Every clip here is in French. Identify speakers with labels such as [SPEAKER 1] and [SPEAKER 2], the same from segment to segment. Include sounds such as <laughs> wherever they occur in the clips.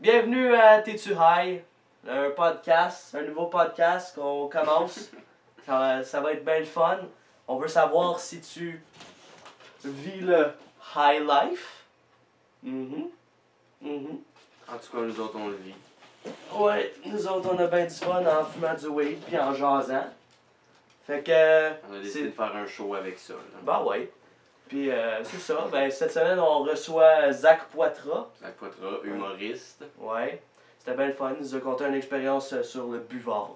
[SPEAKER 1] Bienvenue à T'es-tu High, un podcast, un nouveau podcast qu'on
[SPEAKER 2] <laughs>
[SPEAKER 1] commence. ça, va- ça va être bien le fun. On veut savoir si tu vis le high life. Mhm. Mhm.
[SPEAKER 2] En tout cas, nous autres, on le vit.
[SPEAKER 1] Ouais, nous autres, on a bien du fun en fumant du weed puis en jasant. Fait que.
[SPEAKER 2] On a décidé de faire un show avec ça. là.
[SPEAKER 1] Bah ouais. Puis euh, c'est ça. Ben, cette semaine, on reçoit Zach Poitras.
[SPEAKER 2] Zach Poitras, humoriste.
[SPEAKER 1] Ouais. C'était bien le fun. Il nous a conté une expérience euh, sur le buvard.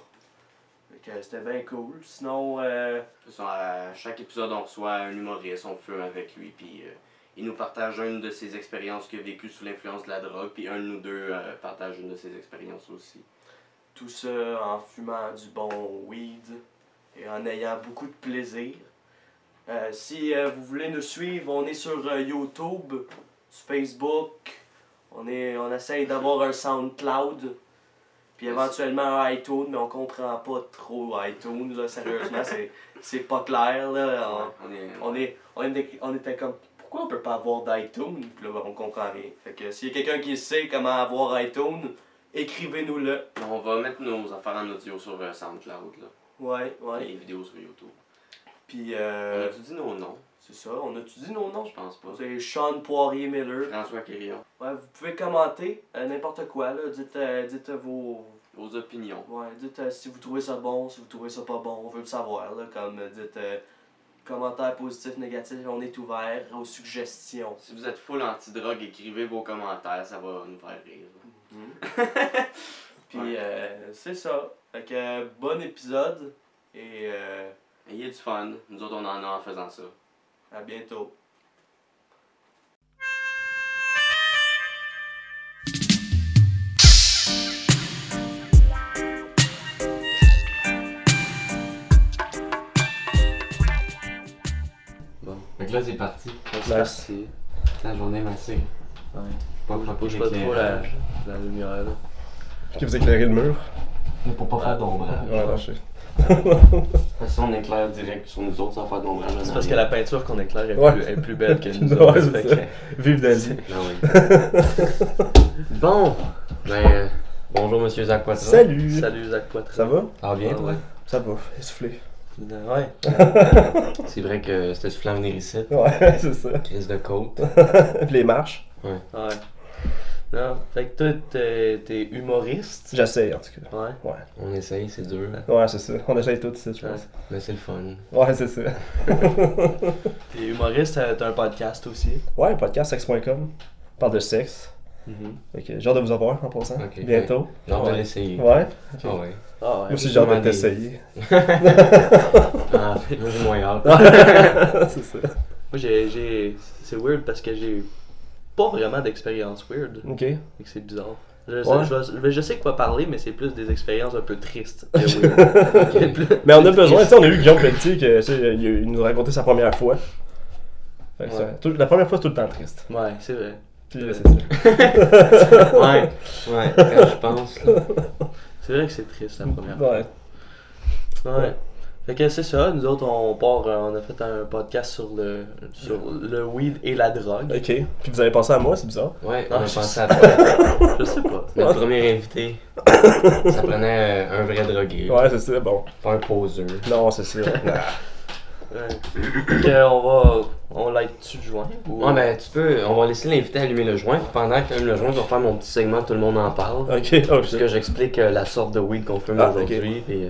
[SPEAKER 1] Fait que c'était bien cool. Sinon, euh,
[SPEAKER 2] Ça, À chaque épisode, on reçoit un humoriste, on fume avec lui, puis euh, il nous partage une de ses expériences qu'il a vécues sous l'influence de la drogue, puis un de nous deux euh, partage une de ses expériences aussi.
[SPEAKER 1] tout ça en fumant du bon weed et en ayant beaucoup de plaisir. Euh, si euh, vous voulez nous suivre, on est sur euh, YouTube, sur Facebook, on, est, on essaye d'avoir un SoundCloud, puis éventuellement un iTunes, mais on comprend pas trop iTunes, là, sérieusement, c'est- c'est pas clair. Là, on-
[SPEAKER 2] On est,
[SPEAKER 1] On, est, on, est- on était comme, pourquoi on peut pas avoir d'iTunes? Puis là, ben, on comprend rien. Fait que s'il y a quelqu'un qui sait comment avoir iTunes, écrivez-nous-le.
[SPEAKER 2] on va mettre nos affaires en audio sur euh, SoundCloud, là.
[SPEAKER 1] Ouais,
[SPEAKER 2] Et
[SPEAKER 1] ouais.
[SPEAKER 2] les vidéos sur YouTube.
[SPEAKER 1] Puis, euh,
[SPEAKER 2] On a-tu dit nos noms?
[SPEAKER 1] c'est ça. On a-tu dit nos noms?
[SPEAKER 2] Je pense pas.
[SPEAKER 1] C'est Sean Poirier-Miller.
[SPEAKER 2] François Quérillon.
[SPEAKER 1] Ouais, vous pouvez commenter euh, n'importe quoi, là. Dites, euh, dites vos...
[SPEAKER 2] Vos opinions.
[SPEAKER 1] Ouais, dites euh, si vous trouvez ça bon, si vous trouvez ça pas bon. On veut le savoir, là. Comme, euh, dites... euh, commentaires positifs, négatifs, on est ouvert aux suggestions.
[SPEAKER 2] Si vous êtes full anti-drogue, écrivez vos commentaires, ça va nous faire rire.
[SPEAKER 1] Puis
[SPEAKER 2] Ouais.
[SPEAKER 1] euh, c'est ça. Fait que euh, bon épisode et euh,
[SPEAKER 2] Ayez du fun. Nous autres, on en a en faisant ça.
[SPEAKER 1] à bientôt.
[SPEAKER 2] Bon. Donc là, c'est parti.
[SPEAKER 3] Merci.
[SPEAKER 2] La journée massée.
[SPEAKER 3] Ouais.
[SPEAKER 2] Pas
[SPEAKER 3] Bouge pas trop la, la lumière. là.
[SPEAKER 4] Qui vous éclairait le mur?
[SPEAKER 2] Pour pas faire d'ombrage.
[SPEAKER 4] Ouais, non, je sais.
[SPEAKER 2] De toute façon, on éclaire direct sur nous autres sans faire d'ombrage.
[SPEAKER 3] C'est parce que la peinture qu'on éclaire est,
[SPEAKER 4] Ouais.
[SPEAKER 3] plus, est plus
[SPEAKER 4] <laughs>
[SPEAKER 3] belle que nous
[SPEAKER 4] Ouais,
[SPEAKER 3] autres.
[SPEAKER 4] c'est
[SPEAKER 3] fait
[SPEAKER 4] ça.
[SPEAKER 3] que-
[SPEAKER 4] Vive
[SPEAKER 3] <laughs>
[SPEAKER 4] d'Asie!
[SPEAKER 2] Ah oui. bon! Ah Ben, euh, bonjour Monsieur Zach Poitras.
[SPEAKER 4] Salut!
[SPEAKER 3] Salut Ah Zach Poitras.
[SPEAKER 4] Ça va?
[SPEAKER 2] Ça va bien, toi?
[SPEAKER 4] Ça va, essoufflé.
[SPEAKER 3] Ouais.
[SPEAKER 2] C'est vrai que c'était soufflant à venir ici.
[SPEAKER 4] Ouais, <laughs> c'est ça.
[SPEAKER 2] Crise de côte.
[SPEAKER 4] Puis les marches,
[SPEAKER 3] Ouais. Non, fait que toi, t'es, t'es humoriste.
[SPEAKER 4] j'essaye en tout cas.
[SPEAKER 3] Ouais.
[SPEAKER 2] On essaye, c'est dur.
[SPEAKER 4] Ouais, c'est ça. On essaye tout ça, je pense.
[SPEAKER 2] Mais c'est le fun.
[SPEAKER 4] Ouais, c'est <laughs> ça.
[SPEAKER 3] T'es humoriste, euh, t'as, t'as un podcast aussi.
[SPEAKER 4] Ouais, podcast sexe.com. On parle de sexe.
[SPEAKER 3] Mm-hmm.
[SPEAKER 4] Fait que j'ai hâte de vous avoir en passant.
[SPEAKER 2] Ok,
[SPEAKER 4] Bientôt.
[SPEAKER 2] J'ai envie de
[SPEAKER 4] Ouais.
[SPEAKER 2] l'essayer.
[SPEAKER 4] Ouais.
[SPEAKER 2] Ah ouais.
[SPEAKER 3] Ah
[SPEAKER 4] Moi
[SPEAKER 3] ouais.
[SPEAKER 4] aussi, j'ai hâte de
[SPEAKER 2] Demandez.
[SPEAKER 4] t'essayer.
[SPEAKER 2] Ah, moi j'ai moins
[SPEAKER 3] <laughs>
[SPEAKER 2] hâte.
[SPEAKER 4] <laughs> c'est ça.
[SPEAKER 3] Moi, j'ai, j'ai- C'est weird parce que j'ai pas vraiment d'expérience weird.
[SPEAKER 4] Ok.
[SPEAKER 3] Fait que c'est bizarre. Je sais,
[SPEAKER 4] Ouais.
[SPEAKER 3] je vais- je sais quoi parler, mais c'est plus des expériences un peu tristes.
[SPEAKER 4] <laughs>
[SPEAKER 3] que weird.
[SPEAKER 2] Ok.
[SPEAKER 4] Mais on a besoin, tu sais, on a eu Guillaume Pelletier que, tu sais, il il nous a raconté sa première fois. Fait que
[SPEAKER 3] Ouais.
[SPEAKER 4] ça- tout- la première fois, c'est tout le temps triste.
[SPEAKER 3] ouais, c'est vrai.
[SPEAKER 4] Puis euh, là, c'est ça.
[SPEAKER 2] Ouais, ouais, quand je pense. là.
[SPEAKER 3] C'est vrai que c'est triste la première fois.
[SPEAKER 4] Ouais.
[SPEAKER 3] Ouais. Fait que c'est ça, nous autres on part, euh, on a fait un podcast sur le sur le weed et la drogue.
[SPEAKER 4] Ok. Puis vous avez pensé à moi, c'est bizarre.
[SPEAKER 2] Ouais, on
[SPEAKER 3] Ah,
[SPEAKER 2] a
[SPEAKER 3] je
[SPEAKER 2] pensé
[SPEAKER 3] sais.
[SPEAKER 2] à toi.
[SPEAKER 3] Je sais pas.
[SPEAKER 2] Notre premier invité, ça prenait euh, un vrai drogué,
[SPEAKER 4] Ouais, c'est ça, bon.
[SPEAKER 2] pas un poseur.
[SPEAKER 4] Non, c'est <laughs> ça.
[SPEAKER 3] Ouais. Fait que on va on l'aide tu joint ou
[SPEAKER 2] Ouais, ben tu peux, on va laisser l'invité allumer le joint, puis pendant que allume le joint, je vais faire mon petit segment Tout le monde en parle.
[SPEAKER 4] ok, oh
[SPEAKER 2] Puisque
[SPEAKER 4] shit.
[SPEAKER 2] j'explique euh, la sorte de weed qu'on fume
[SPEAKER 4] Ah, ok.
[SPEAKER 2] aujourd'hui. puis, euh,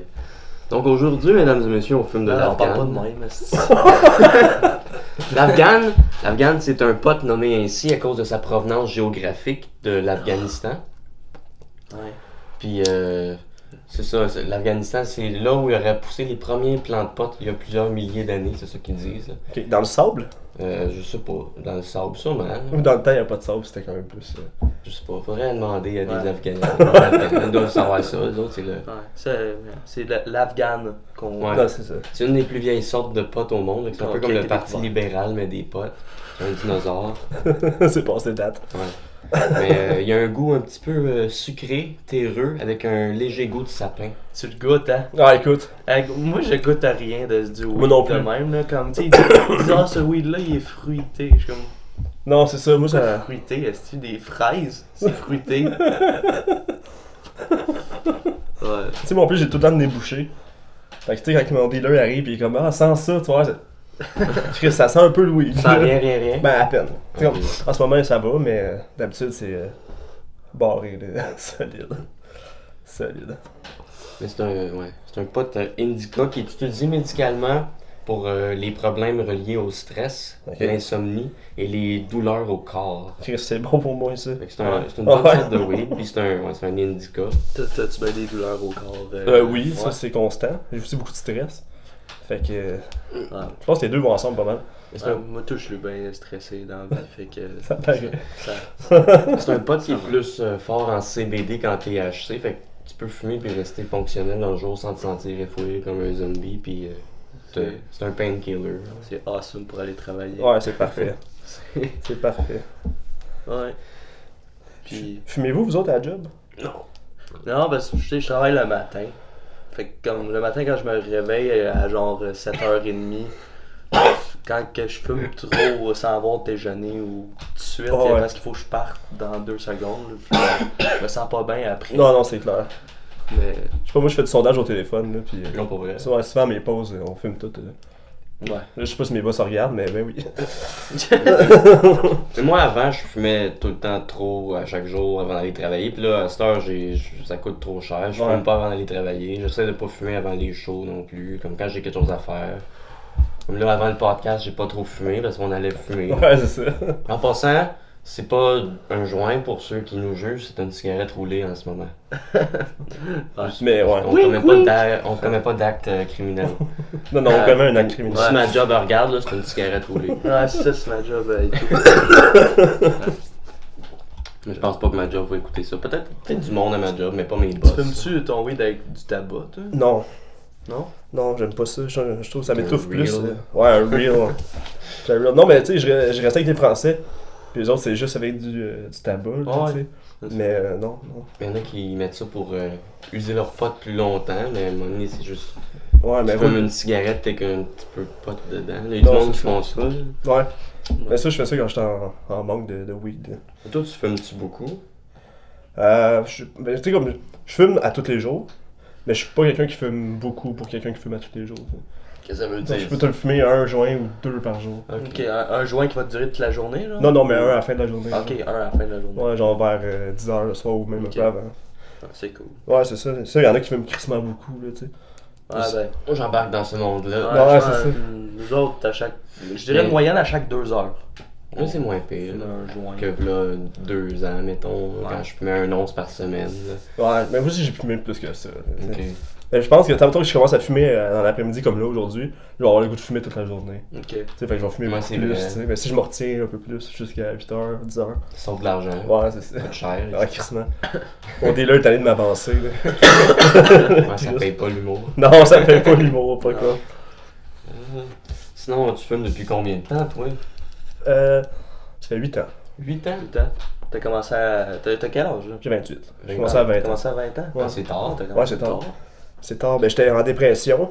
[SPEAKER 2] Donc aujourd'hui, mesdames et messieurs, on
[SPEAKER 1] Ah,
[SPEAKER 2] fume de
[SPEAKER 3] Non, on parle pas de
[SPEAKER 2] l'afghan.
[SPEAKER 3] même. esti.
[SPEAKER 2] L'afghan, l'afghan, c'est un pote nommé ainsi à cause de sa provenance géographique de l'Afghanistan.
[SPEAKER 3] Ah. Ouais.
[SPEAKER 2] Puis, euh, c'est ça, c'est- l'Afghanistan, c'est là où il aurait poussé les premiers plants de potes il y a plusieurs milliers d'années, c'est ça qu'ils disent. là.
[SPEAKER 4] Ok, dans le sable
[SPEAKER 2] Euh, je sais pas, dans le sable sûrement. là.
[SPEAKER 4] Ou dans le temps, il n'y a pas de sable, c'était quand même plus. euh,
[SPEAKER 2] Je sais pas, faudrait demander à des
[SPEAKER 3] Ouais.
[SPEAKER 2] Afghans. Ils doivent savoir ça, eux autres, c'est le-
[SPEAKER 3] Ouais. C'est c'est la- l'afghane qu'on
[SPEAKER 2] Ouais.
[SPEAKER 4] Non, c'est ça.
[SPEAKER 2] C'est une des plus vieilles sortes de potes au monde, là, c'est un
[SPEAKER 3] Ok,
[SPEAKER 2] peu comme le
[SPEAKER 3] t'es
[SPEAKER 2] Parti
[SPEAKER 3] découvert.
[SPEAKER 2] libéral, mais des potes. C'est un dinosaure.
[SPEAKER 4] <laughs> c'est passé date.
[SPEAKER 2] Mais euh, il y a un goût un petit peu euh, sucré, terreux, avec un léger goût de sapin.
[SPEAKER 3] tu le goûtes hein.
[SPEAKER 4] Ah, écoute.
[SPEAKER 3] Hey, moi je goûte à rien de du weed
[SPEAKER 4] Moi non
[SPEAKER 3] de <coughs>
[SPEAKER 4] plus.
[SPEAKER 3] même là comme tu sais ils disent, ils disent, ah ce weed là il est fruité, je suis comme
[SPEAKER 4] Non, c'est ça, moi
[SPEAKER 5] C'est
[SPEAKER 4] ça.
[SPEAKER 5] fruité, est-ce des fraises? C'est fruité. ouais.
[SPEAKER 4] Tu sais, moi en plus, j'ai tout le temps de nez bouché. Fait que tu sais, quand mon dealer arrive, il est comme Ah, sans ça, tu vois.
[SPEAKER 5] <laughs>
[SPEAKER 4] ça- Chris, ça sent un peu Louis.
[SPEAKER 5] Sans rien, rien, rien.
[SPEAKER 4] Ben, à peine. Tu sais, comme, en ce moment, ça va, mais euh, d'habitude, c'est euh, barré, là. <laughs> Solide. Solide.
[SPEAKER 2] Mais c'est un, ouais, c'est un pot euh, indica qui est utilisé médicalement pour euh, les problèmes reliés au stress,
[SPEAKER 4] Ok.
[SPEAKER 2] l'insomnie et les douleurs au corps.
[SPEAKER 4] Chris, c'est bon pour moi, ça.
[SPEAKER 2] Fait que c'est, un- c'est une bonne
[SPEAKER 4] Ouais.
[SPEAKER 2] sorte de weed, puis c'est un, ouais, c'est un indica.
[SPEAKER 5] T'as- T'as-tu bien des douleurs au corps?
[SPEAKER 4] Euh, oui,
[SPEAKER 5] ouais.
[SPEAKER 4] ça, c'est constant. J'ai aussi beaucoup de stress. Fait que. euh,
[SPEAKER 5] Ouais.
[SPEAKER 4] Je pense que les deux vont ensemble pas mal.
[SPEAKER 2] Mais C'est
[SPEAKER 5] Ouais,
[SPEAKER 2] un,
[SPEAKER 5] moi, tout, je suis bien stressé dans la vie, fait que...
[SPEAKER 4] <laughs> Ça paraît.
[SPEAKER 5] ça-
[SPEAKER 2] c'est un pot qui est plus euh, fort en CBD qu'en THC, fait que tu peux fumer puis rester fonctionnel un jour sans te sentir effouillé comme un zombie, puis euh, t'es- c'est un painkiller.
[SPEAKER 5] C'est awesome pour aller travailler.
[SPEAKER 4] Ouais, c'est parfait. C'est parfait.
[SPEAKER 5] <laughs> Ouais. Puis...
[SPEAKER 4] Fumez-vous, vous autres, à la job?
[SPEAKER 2] Non.
[SPEAKER 5] Non, parce que tu sais, je travaille le matin. Fait que comme le matin, quand je me réveille euh, à genre euh, 7h30, quand que je fume trop euh, sans avoir déjeuné ou tout de suite,
[SPEAKER 4] Ah ouais.
[SPEAKER 5] euh, parce qu'il faut que je parte dans deux secondes, là, puis, euh, je me sens pas bien après.
[SPEAKER 4] Non, non, c'est clair.
[SPEAKER 5] Mais,
[SPEAKER 4] Je sais pas, moi, je fais du sondage au téléphone, là, puis. euh,
[SPEAKER 2] Non, pas vrai.
[SPEAKER 4] souvent, souvent, mes pauses, euh, on fume tout. euh.
[SPEAKER 5] ouais.
[SPEAKER 4] Là, je sais pas si mes boss regardent, mais ben oui.
[SPEAKER 2] Mais moi, avant, je fumais tout le temps trop à chaque jour avant d'aller travailler. Puis là, à cette heure, j'ai, j- ça coûte trop cher. Je
[SPEAKER 4] Ouais.
[SPEAKER 2] fume pas avant d'aller travailler. J'essaie de pas fumer avant les shows non plus. Comme quand j'ai quelque chose à faire. Comme là, avant le podcast, j'ai pas trop fumé parce qu'on allait <laughs> fumer.
[SPEAKER 4] Ouais, c'est ça.
[SPEAKER 2] En passant, c'est pas un joint pour ceux qui nous jugent, c'est une cigarette roulée en ce moment.
[SPEAKER 4] Mais ouais.
[SPEAKER 2] On commet pas d'a- on commet pas d'acte euh, criminel.
[SPEAKER 4] Non, non, on
[SPEAKER 5] Euh,
[SPEAKER 4] commet un acte criminel.
[SPEAKER 2] Si ma job elle regarde, là, c'est une cigarette roulée.
[SPEAKER 5] Ouais, c'est ça, c'est ma job. euh, et tout.
[SPEAKER 2] Mais je pense pas que ma job va écouter ça. Peut-être peut-être du monde à ma job, mais pas mes
[SPEAKER 5] tu
[SPEAKER 2] boss.
[SPEAKER 5] fumes-tu ton weed avec du tabac, toi?
[SPEAKER 4] Non,
[SPEAKER 5] Non?
[SPEAKER 4] non, j'aime pas ça. Je, je trouve que ça m'étouffe
[SPEAKER 2] Un
[SPEAKER 4] plus.
[SPEAKER 2] real.
[SPEAKER 4] euh. Ouais, un real. C'est un real. Non, mais tu sais, je, re- je restais avec des Français. Puis les autres, c'est juste avec du, euh, du tabac, là,
[SPEAKER 5] Ouais.
[SPEAKER 4] tu sais. Mais euh, non, non.
[SPEAKER 2] Il y en a qui mettent ça pour euh, user leur pote plus longtemps, mais à un moment donné, c'est juste
[SPEAKER 4] Ouais, mais
[SPEAKER 2] comme
[SPEAKER 4] ouais.
[SPEAKER 2] une cigarette avec un petit peu de pote dedans. Il y a du
[SPEAKER 4] Ben Non,
[SPEAKER 2] monde qui
[SPEAKER 4] c'est
[SPEAKER 2] font ça.
[SPEAKER 4] Ouais. Mais ça, je fais ça quand j'étais en, en manque de, de weed.
[SPEAKER 2] Et toi, tu fumes-tu beaucoup?
[SPEAKER 4] Euh, je- ben, tu sais, comme, je fume à tous les jours, mais je suis pas quelqu'un qui fume beaucoup pour quelqu'un qui fume à tous les jours. tu sais.
[SPEAKER 2] Qu'est-ce que ça veut
[SPEAKER 4] Donc, je peux te le fumer un joint ou deux par jour.
[SPEAKER 2] Ok.
[SPEAKER 5] Ok, un, un joint qui va te durer toute la journée, là?
[SPEAKER 4] Non, non, mais un à la fin de la journée.
[SPEAKER 5] Ok, un à la fin de la journée.
[SPEAKER 4] Ouais, genre vers 10h le soir ou même
[SPEAKER 5] Ok.
[SPEAKER 4] un peu avant.
[SPEAKER 5] Ah, C'est cool.
[SPEAKER 4] Ouais, c'est ça. Ça, il y en a qui fument crissement beaucoup, là, tu sais.
[SPEAKER 5] Ah, ben.
[SPEAKER 2] Moi, j'embarque dans ce monde-là.
[SPEAKER 4] Ouais,
[SPEAKER 5] ouais,
[SPEAKER 4] c'est ça.
[SPEAKER 5] Nous autres, à chaque. Je dirais
[SPEAKER 2] Mais-
[SPEAKER 5] une moyenne à chaque deux heures.
[SPEAKER 2] Moi, c'est moins pire.
[SPEAKER 5] Fume un joint.
[SPEAKER 2] Que là, deux ans, mettons,
[SPEAKER 5] Ouais.
[SPEAKER 2] quand je fumais un once par semaine. là.
[SPEAKER 4] Ouais, mais moi aussi, j'ai fumé plus que ça. là, tu sais.
[SPEAKER 2] Ok.
[SPEAKER 4] Mais je pense que tant que je commence à fumer euh, dans l'après-midi comme là aujourd'hui, je vais avoir le goût de fumer toute la journée.
[SPEAKER 5] Ok.
[SPEAKER 4] Tu sais, fait que je vais fumer
[SPEAKER 2] Ouais,
[SPEAKER 4] beaucoup
[SPEAKER 2] c'est
[SPEAKER 4] plus,
[SPEAKER 2] vrai.
[SPEAKER 4] tu sais. Mais si je me retiens un peu plus jusqu'à 8h, 10h.
[SPEAKER 2] Ça Sauve de l'argent.
[SPEAKER 4] Ouais, c'est ça.
[SPEAKER 2] Ça coûte cher.
[SPEAKER 4] Ah, crissement. Mon dealer est allé de m'avancer, là.
[SPEAKER 2] Ouais, ça paye pas l'humour.
[SPEAKER 4] <laughs> Non, ça fait pas l'humour, pas quoi.
[SPEAKER 2] Sinon, tu fumes depuis combien de
[SPEAKER 5] Ah,
[SPEAKER 2] temps, toi?
[SPEAKER 4] Euh. Ça fait 8 ans.
[SPEAKER 2] 8 ans.
[SPEAKER 5] Putain. T'as commencé à. T'as t'as quel âge, là?
[SPEAKER 4] J'ai 28. J'ai
[SPEAKER 2] Vingt
[SPEAKER 4] commencé à
[SPEAKER 2] ans.
[SPEAKER 5] T'as
[SPEAKER 4] 20 ans.
[SPEAKER 5] commencé à 20 ans?
[SPEAKER 2] Ah, c'est tard.
[SPEAKER 5] t'as commencé
[SPEAKER 4] Ouais, c'est tard. C'est tard. Ben, j'étais en dépression.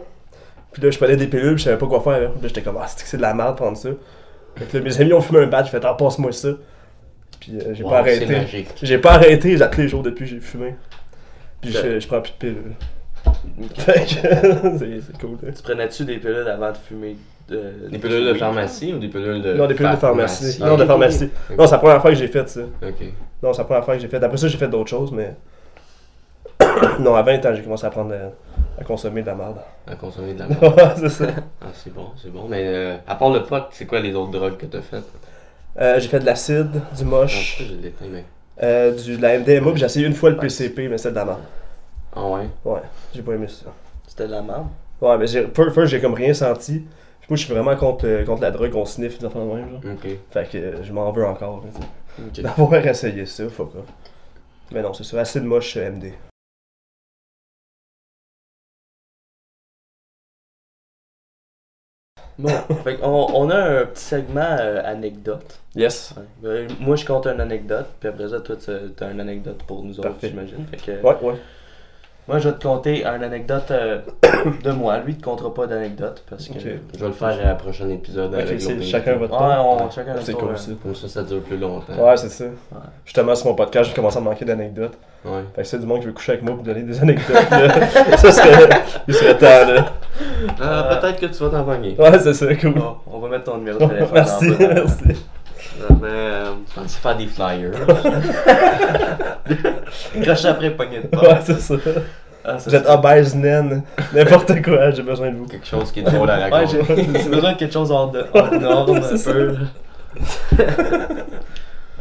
[SPEAKER 4] Puis là, je prenais des pilules, je savais pas quoi faire avec. Puis là, j'étais comme, ah, c'est que c'est de la merde prendre ça. Fait que là, mes amis ont fumé un batch, j'ai fait, ah, passe-moi ça. Puis euh, j'ai
[SPEAKER 2] Wow,
[SPEAKER 4] pas
[SPEAKER 2] C'est
[SPEAKER 4] arrêté.
[SPEAKER 2] magique.
[SPEAKER 4] J'ai pas arrêté, j'ai tous les jours depuis que j'ai fumé. Puis
[SPEAKER 5] Ça-
[SPEAKER 4] je, je prends plus de pilules.
[SPEAKER 5] Ok.
[SPEAKER 4] Fait que <laughs> c'est c'est cool. hein.
[SPEAKER 5] Tu prenais-tu des pilules avant de fumer? euh,
[SPEAKER 2] Des pilules de
[SPEAKER 5] weed?
[SPEAKER 2] pharmacie ou des pilules de.
[SPEAKER 4] Non, des pilules de pharmacie. Non, de
[SPEAKER 2] Ok.
[SPEAKER 4] pharmacie. Non, c'est la première fois que j'ai fait ça.
[SPEAKER 2] Ok.
[SPEAKER 4] Non, c'est la première fois que j'ai fait. Après ça, j'ai fait d'autres choses, mais. <coughs> non, à 20 ans, j'ai commencé à prendre. de- à consommer de la merde. <laughs>
[SPEAKER 2] À consommer de la merde.
[SPEAKER 4] Ouais, c'est ça.
[SPEAKER 2] ah, c'est bon, c'est bon. Mais euh, à part le pot, c'est quoi les autres drogues que t'as faites?
[SPEAKER 4] Euh, j'ai fait de l'acide, du
[SPEAKER 2] Ah,
[SPEAKER 4] moche.
[SPEAKER 2] je l'éteins, mais.
[SPEAKER 4] Euh, du, de la MDMA, puis j'ai essayé une fois le PCP, mais c'est de la merde.
[SPEAKER 2] Ah ouais?
[SPEAKER 4] Ouais, j'ai pas aimé ça.
[SPEAKER 5] C'était de la merde.
[SPEAKER 4] Ouais, mais j'ai, first, first, j'ai comme rien senti. Puis moi, je suis vraiment contre, euh, contre la drogue, on sniffe, des affaires de même, genre.
[SPEAKER 2] Ok.
[SPEAKER 4] Fait que euh, je m'en veux encore, là, tu sais.
[SPEAKER 5] Ok.
[SPEAKER 4] D'avoir <laughs> essayé ça, fuck off. Mais non, c'est ça, acide moche euh, MD.
[SPEAKER 5] Bon, fait qu'on on a un petit segment euh, anecdote.
[SPEAKER 4] Yes.
[SPEAKER 5] Ouais. Euh, Moi, je compte une anecdote, puis après ça, toi, tu- t'as une anecdote pour nous autres,
[SPEAKER 4] Parfait.
[SPEAKER 5] j'imagine. Fait que.
[SPEAKER 4] Ouais, ouais.
[SPEAKER 5] Moi, je vais te conter une anecdote euh, <coughs> de moi. Lui, il te contera pas d'anecdote parce que.
[SPEAKER 4] Ok.
[SPEAKER 5] Ouais,
[SPEAKER 2] Je vais le faire à la prochaine épisode
[SPEAKER 4] Ok,
[SPEAKER 2] avec
[SPEAKER 4] c'est
[SPEAKER 2] l'autre
[SPEAKER 4] chacun votre tour.
[SPEAKER 5] on, chacun notre
[SPEAKER 4] C'est
[SPEAKER 5] tour,
[SPEAKER 4] cool
[SPEAKER 5] hein.
[SPEAKER 4] ça.
[SPEAKER 2] Comme ça, ça dure plus longtemps.
[SPEAKER 4] Ouais, c'est ça. Justement, sur mon podcast, j'ai commencé à manquer d'anecdotes.
[SPEAKER 2] Ouais.
[SPEAKER 4] Fait que c'est du monde qui veut coucher avec moi pour me donner des anecdotes. là. <laughs> ça serait. Il serait temps, là.
[SPEAKER 2] Ah, peut-être que tu vas t'en pogner.
[SPEAKER 4] Ouais, c'est ça, cool.
[SPEAKER 5] Bon, on va mettre ton numéro de téléphone.
[SPEAKER 4] Merci,
[SPEAKER 5] en bas hein. dans-
[SPEAKER 4] merci.
[SPEAKER 2] Ah, ben, euh, je pensais faire des flyers. Cracher après pognée de porte.
[SPEAKER 4] Ouais, c'est ça.
[SPEAKER 5] Ah, ça,
[SPEAKER 4] Vous êtes
[SPEAKER 5] c'est-
[SPEAKER 4] obèse, naine. N'importe quoi, j'ai besoin de vous.
[SPEAKER 2] Quelque chose qui est drôle à
[SPEAKER 5] Ouais,
[SPEAKER 2] raconter.
[SPEAKER 5] j'ai j'ai <laughs> besoin de quelque chose hors, de, hors
[SPEAKER 4] <laughs>
[SPEAKER 5] norme un peu.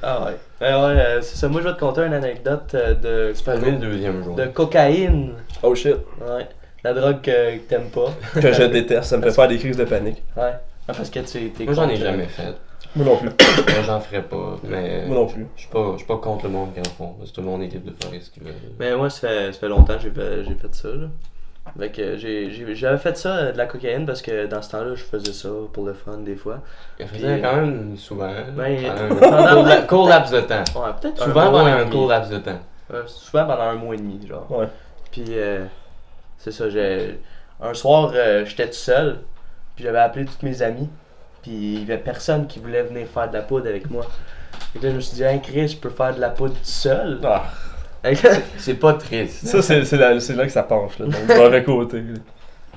[SPEAKER 5] ah ouais. Ouais, ouais, euh, c'est ça. Moi, je vais te conter une anecdote euh, de,
[SPEAKER 2] C'est pas le deuxième jour.
[SPEAKER 5] de cocaïne.
[SPEAKER 4] Oh shit.
[SPEAKER 5] Ouais. La drogue que, que t'aimes pas.
[SPEAKER 4] Que je déteste, ça me fait faire des crises de panique.
[SPEAKER 5] Ouais. Ah, parce que tu t'es
[SPEAKER 2] Moi, j'en ai
[SPEAKER 5] contre- euh,
[SPEAKER 2] jamais fait.
[SPEAKER 4] Moi non plus.
[SPEAKER 2] Moi, j'en ferais pas. Mais. euh,
[SPEAKER 4] Moi non plus.
[SPEAKER 2] Je suis pas, je suis pas contre le monde qui en font. parce que Tout le monde est libre de faire ce qu'il veut.
[SPEAKER 5] Mais ben, moi, ça fait, ça fait longtemps que j'ai fait, j'ai fait ça. Là. Fait que j'ai- j'ai- j'avais fait ça, euh, de la cocaïne, parce que dans ce temps-là, je faisais ça pour le fun des fois.
[SPEAKER 2] Il faisait quand même souvent.
[SPEAKER 5] Ben,
[SPEAKER 2] pendant
[SPEAKER 5] pendant-
[SPEAKER 2] un court la- court laps de temps.
[SPEAKER 5] Ouais, peut-être
[SPEAKER 2] Souvent
[SPEAKER 5] mois
[SPEAKER 2] pendant
[SPEAKER 5] et
[SPEAKER 2] un
[SPEAKER 5] demi.
[SPEAKER 2] court laps de temps.
[SPEAKER 5] Euh, souvent pendant un mois et demi, genre.
[SPEAKER 4] Ouais.
[SPEAKER 5] Puis, euh, c'est ça, j'ai... Un soir, euh, j'étais tout seul, puis j'avais appelé tous mes amis, puis il y avait personne qui voulait venir faire de la poudre avec moi. Et là, je me suis dit, hey Chris, je peux faire de la poudre tout seul.
[SPEAKER 4] Ah.
[SPEAKER 5] Fait que- puis
[SPEAKER 2] C'est pas
[SPEAKER 5] <laughs>
[SPEAKER 2] triste.
[SPEAKER 4] Ça, c'est c'est la- c'est là que ça penche, là. Donc, mauvais côté. là.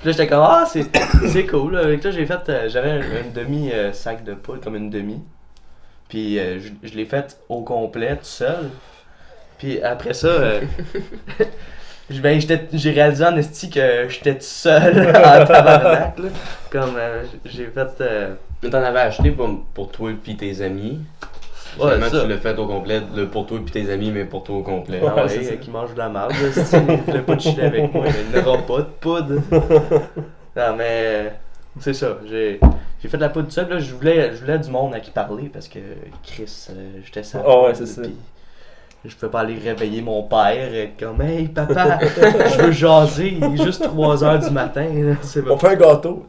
[SPEAKER 5] là, j'étais comme, ah, c'est, <coughs> c'est cool. Là. Fait que là, j'ai fait, euh, j'avais un, une demi-sac de poudre, comme une demi. Puis, euh, je, je l'ai faite au complet, tout seul. Puis après ça, euh, <laughs> je- ben, j'étais- j'ai réalisé en esti que j'étais tout seul <laughs> en tabarnak. là. Comme euh, j'ai fait... euh,
[SPEAKER 2] Mais t'en avais acheté pour, pour toi et puis tes amis.
[SPEAKER 5] Ouais,
[SPEAKER 2] Finalement,
[SPEAKER 5] ça.
[SPEAKER 2] tu l'as fait au complet. Le pour toi et puis tes amis, mais pour toi au complet.
[SPEAKER 5] ah ouais,
[SPEAKER 4] c'est ça.
[SPEAKER 5] euh, qui mange de la marde, là, esti, il voulait pas de chiller avec moi, il n'aura pas
[SPEAKER 4] <laughs>
[SPEAKER 5] de poudre. Non, mais euh, c'est ça, j'ai... J'ai fait de la poudre tout seul, là, je voulais, je voulais du monde à qui parler parce que Chris, euh, j'étais ça.
[SPEAKER 4] Ah ouais, c'est ça.
[SPEAKER 5] Je peux pas aller réveiller mon père être comme Hey papa, <laughs> je veux jaser, il est juste 3h du matin, là, c'est bon.
[SPEAKER 4] On fait un gâteau.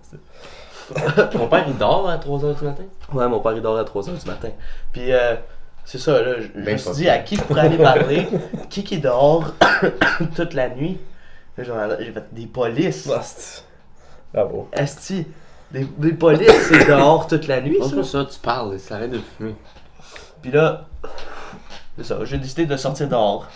[SPEAKER 2] Ton père, il dort à 3h du matin?
[SPEAKER 5] Ouais, mon père il dort à 3h du matin. Puis euh, c'est ça, là, je, je
[SPEAKER 2] Ben,
[SPEAKER 5] me suis
[SPEAKER 2] pas
[SPEAKER 5] dit
[SPEAKER 2] pire.
[SPEAKER 5] à qui je pourrais
[SPEAKER 2] <laughs>
[SPEAKER 5] aller parler, qui qui dort <coughs> toute la nuit. Là, j'en- J'ai fait des polices.
[SPEAKER 4] Ah, c'est- ah, Bravo.
[SPEAKER 5] Asti, des, des polices, c'est dehors toute la nuit. ça.
[SPEAKER 2] Pense ça, tu parles, ça arrête de fumer.
[SPEAKER 5] Puis là, c'est ça, j'ai décidé de sortir dehors,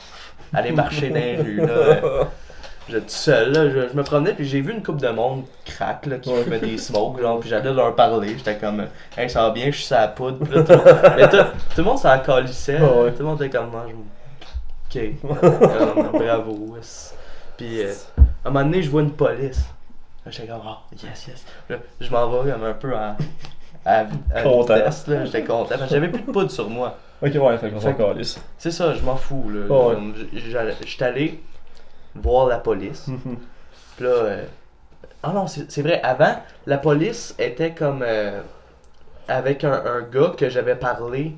[SPEAKER 5] aller marcher dans les rues. Là, euh,
[SPEAKER 4] <laughs>
[SPEAKER 5] j'étais tout seul, là, je, je me promenais, puis j'ai vu une coupe de monde crack, là, qui fumait des smokes, genre, puis j'allais leur parler. J'étais comme, hey, ça va bien, je suis sur la poudre. Puis là, tout,
[SPEAKER 4] <laughs>
[SPEAKER 5] mais tout, tout le monde s'en calissait,
[SPEAKER 4] Ah ouais.
[SPEAKER 5] tout le monde était comme, mange Ok,
[SPEAKER 4] <laughs>
[SPEAKER 5] Comme, bravo. yes. Puis euh, à un moment donné, je vois une police. Là, J'étais comme, oh, yes, yes. Là, je m'en vais comme un peu en. À, à
[SPEAKER 4] Content.
[SPEAKER 5] vitesse, là, j'étais content. parce que J'avais plus de poudre sur moi.
[SPEAKER 4] Ok, ouais, fait qu'on s'en
[SPEAKER 5] Fait que-
[SPEAKER 4] calisse.
[SPEAKER 5] C'est ça, je m'en fous. Là.
[SPEAKER 4] Oh, Ouais.
[SPEAKER 5] Comme, j- j'allais- J'étais allé voir la police.
[SPEAKER 4] <laughs> Mhm.
[SPEAKER 5] Puis là. euh, Ah non, c'est c'est vrai, avant, la police était comme. euh, Avec un, un gars que j'avais parlé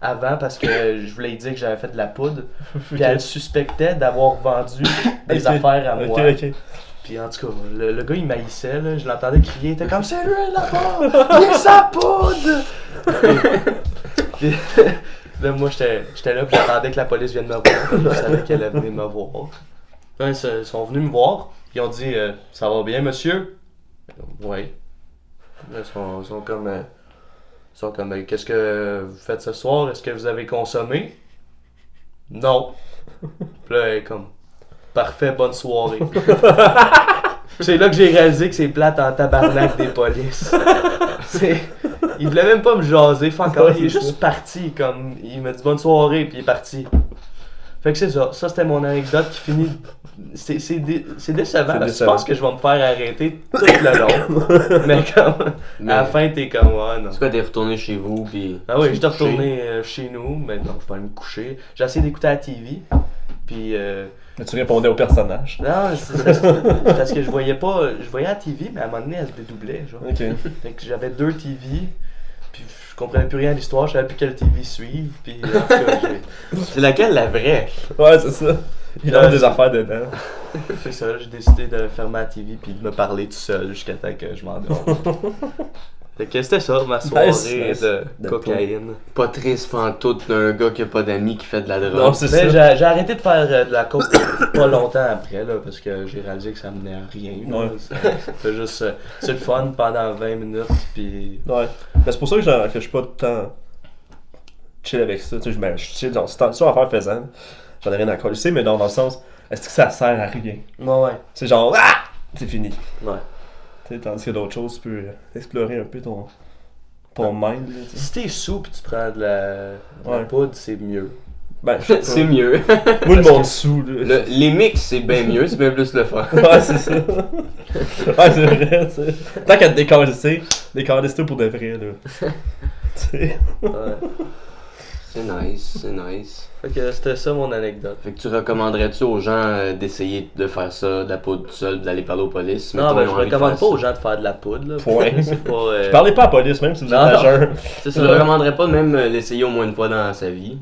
[SPEAKER 5] avant parce
[SPEAKER 4] <coughs>
[SPEAKER 5] que je voulais lui dire que j'avais fait de la poudre. Puis elle suspectait
[SPEAKER 4] <coughs>
[SPEAKER 5] d'avoir vendu des
[SPEAKER 4] Ok.
[SPEAKER 5] affaires à
[SPEAKER 4] Ok,
[SPEAKER 5] moi.
[SPEAKER 4] ok.
[SPEAKER 5] Puis en tout cas, le, le gars il maïssait, là, je l'entendais crier, il était comme c'est lui la poudre! Il est sa poudre! Puis- <laughs> puis, là, moi j'étais j'étais là, puis j'attendais que la police vienne me voir, puis je savais qu'elle allait venir me voir. Là, ils se- ils sont venus me voir, ils ont dit euh, Ça va bien, monsieur? Oui. Là, ils sont, ils sont comme. euh, ils sont comme euh, Qu'est-ce que vous faites ce soir? Est-ce que vous avez consommé? Non. Puis là, elle est comme Parfait, bonne soirée. <laughs> C'est là que j'ai réalisé que c'est plate en tabarnak des polices. C'est... Il voulait même pas me jaser, fuck off. Il est juste parti, comme... Il m'a dit bonne soirée, puis il est parti. Fait que c'est ça. Ça, c'était mon anecdote qui finit... C'est, c'est, dé- c'est décevant,
[SPEAKER 4] C'est
[SPEAKER 5] parce
[SPEAKER 4] décevant.
[SPEAKER 5] que je pense que je vais me faire arrêter tout
[SPEAKER 2] <laughs>
[SPEAKER 5] le long. Mais comme...
[SPEAKER 2] Mais-
[SPEAKER 5] À la fin, t'es comme... Ouais, non.
[SPEAKER 2] En tout cas, t'es retourné chez vous, puis.
[SPEAKER 5] Ah oui,
[SPEAKER 2] tu
[SPEAKER 5] j'étais
[SPEAKER 2] te couches.
[SPEAKER 5] retourné euh, chez nous, mais non, je vais aller me coucher. J'ai essayé d'écouter la TV, puis... euh,
[SPEAKER 4] Mais tu répondais au personnage.
[SPEAKER 5] Non, c'est parce que- parce que je voyais pas... Je voyais la TV, mais à un moment donné, elle se dédoublait, genre.
[SPEAKER 4] Ok.
[SPEAKER 5] Fait que j'avais deux TV, puis je comprenais plus rien à l'histoire, je savais plus quelle TV suivre, puis en tout cas, j'ai-
[SPEAKER 2] <laughs> C'est laquelle la vraie?
[SPEAKER 4] Ouais, c'est ça. Il a des affaires dedans.
[SPEAKER 5] c'est
[SPEAKER 4] <laughs>
[SPEAKER 5] ça, j'ai décidé de fermer la TV puis de me parler tout seul jusqu'à temps que je m'endorme. Fait que c'était ça, ma soirée
[SPEAKER 4] Nice, nice.
[SPEAKER 5] de,
[SPEAKER 4] De
[SPEAKER 5] cocaïne.
[SPEAKER 2] Pas triste pantoute d'un gars qui a pas d'amis qui fait de la drogue.
[SPEAKER 4] Non, Ah, c'est
[SPEAKER 5] Mais
[SPEAKER 4] ça.
[SPEAKER 5] Ben, j'ai j'ai arrêté de faire euh, de la coke <coughs> pas longtemps après, là, parce que j'ai réalisé que ça menait à rien. là.
[SPEAKER 4] Ouais.
[SPEAKER 5] Ça- C'était juste. euh, c'est le fun pendant 20 minutes, puis.
[SPEAKER 4] Ouais. Mais c'est pour ça que, j'en- que je suis pas tant chill avec ça. Tu sais, je me- je suis chill dans ce temps en faire faisant. J'en ai rien à coller, mais dans dans le sens, est-ce que ça sert à rien?
[SPEAKER 5] Ouais, ouais.
[SPEAKER 4] C'est genre, ah! C'est fini.
[SPEAKER 5] Ouais.
[SPEAKER 4] Tu sais, tandis que d'autres choses, tu peux explorer un peu ton, ton mind. là, tu sais.
[SPEAKER 5] Si t'es sous pis tu prends de la, de la
[SPEAKER 4] Ouais.
[SPEAKER 5] poudre, c'est mieux. <laughs>
[SPEAKER 4] Ben, je
[SPEAKER 2] C'est
[SPEAKER 4] sais
[SPEAKER 2] mieux.
[SPEAKER 4] pas. Moi, le monde sous, là.
[SPEAKER 2] Le- les mix, c'est bien mieux, c'est bien plus le fun.
[SPEAKER 4] Ouais, c'est ça. ouais, c'est vrai, tu sais. Tant qu'à te décalisser, décalisse-toi pour de vrai, là. tu sais.
[SPEAKER 5] Ouais.
[SPEAKER 2] <laughs> C'est nice, c'est nice.
[SPEAKER 5] fait que c'était ça mon anecdote.
[SPEAKER 2] Fait que tu recommanderais-tu aux gens euh, d'essayer de faire ça, de la poudre tout seul, d'aller parler aux polices?
[SPEAKER 5] Non,
[SPEAKER 2] Mettons,
[SPEAKER 5] ben
[SPEAKER 2] ils
[SPEAKER 5] je
[SPEAKER 2] ont envie de
[SPEAKER 5] recommande
[SPEAKER 2] faire
[SPEAKER 5] pas aux
[SPEAKER 2] ça.
[SPEAKER 5] gens de faire de la poudre, là.
[SPEAKER 4] Point.
[SPEAKER 5] <laughs> C'est pas. euh,
[SPEAKER 4] Parlez pas à la police, même si vous êtes
[SPEAKER 5] Non, non.
[SPEAKER 4] majeur.
[SPEAKER 5] c'est
[SPEAKER 2] Tu
[SPEAKER 5] ça.
[SPEAKER 2] le recommanderais pas de même euh, l'essayer au moins une fois dans sa vie?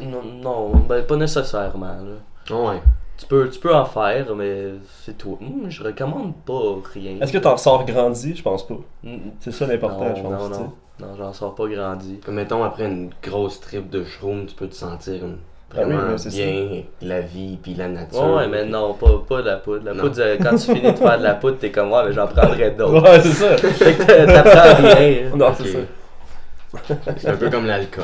[SPEAKER 5] Non, non, ben pas nécessairement, là.
[SPEAKER 4] Ah
[SPEAKER 2] ouais.
[SPEAKER 5] Tu peux, tu peux en faire, mais c'est tout. Moi, je recommande pas rien.
[SPEAKER 4] Est-ce que t'en sors grandi? Je pense pas.
[SPEAKER 5] Mm,
[SPEAKER 4] C'est ça l'important, je
[SPEAKER 5] non, non,
[SPEAKER 4] pense. tu sais.
[SPEAKER 5] non, non, j'en sors pas grandi.
[SPEAKER 2] Mettons, après une grosse trip de shroom, tu peux te sentir une-
[SPEAKER 4] Ah oui,
[SPEAKER 2] vraiment
[SPEAKER 4] ouais, c'est
[SPEAKER 2] bien avec la vie puis la nature.
[SPEAKER 5] Ouais, ouais, mais non, pas, pas de la poudre. La
[SPEAKER 2] Non.
[SPEAKER 5] poudre, euh, quand tu finis de faire de la poudre, t'es comme, ouais, mais j'en prendrais d'autres.
[SPEAKER 4] Ouais, c'est ça.
[SPEAKER 5] Fait que t'a- t'apprends
[SPEAKER 4] <laughs>
[SPEAKER 5] rien. hein.
[SPEAKER 4] Non,
[SPEAKER 2] Ok.
[SPEAKER 4] c'est ça.
[SPEAKER 2] C'est un peu comme l'alcool.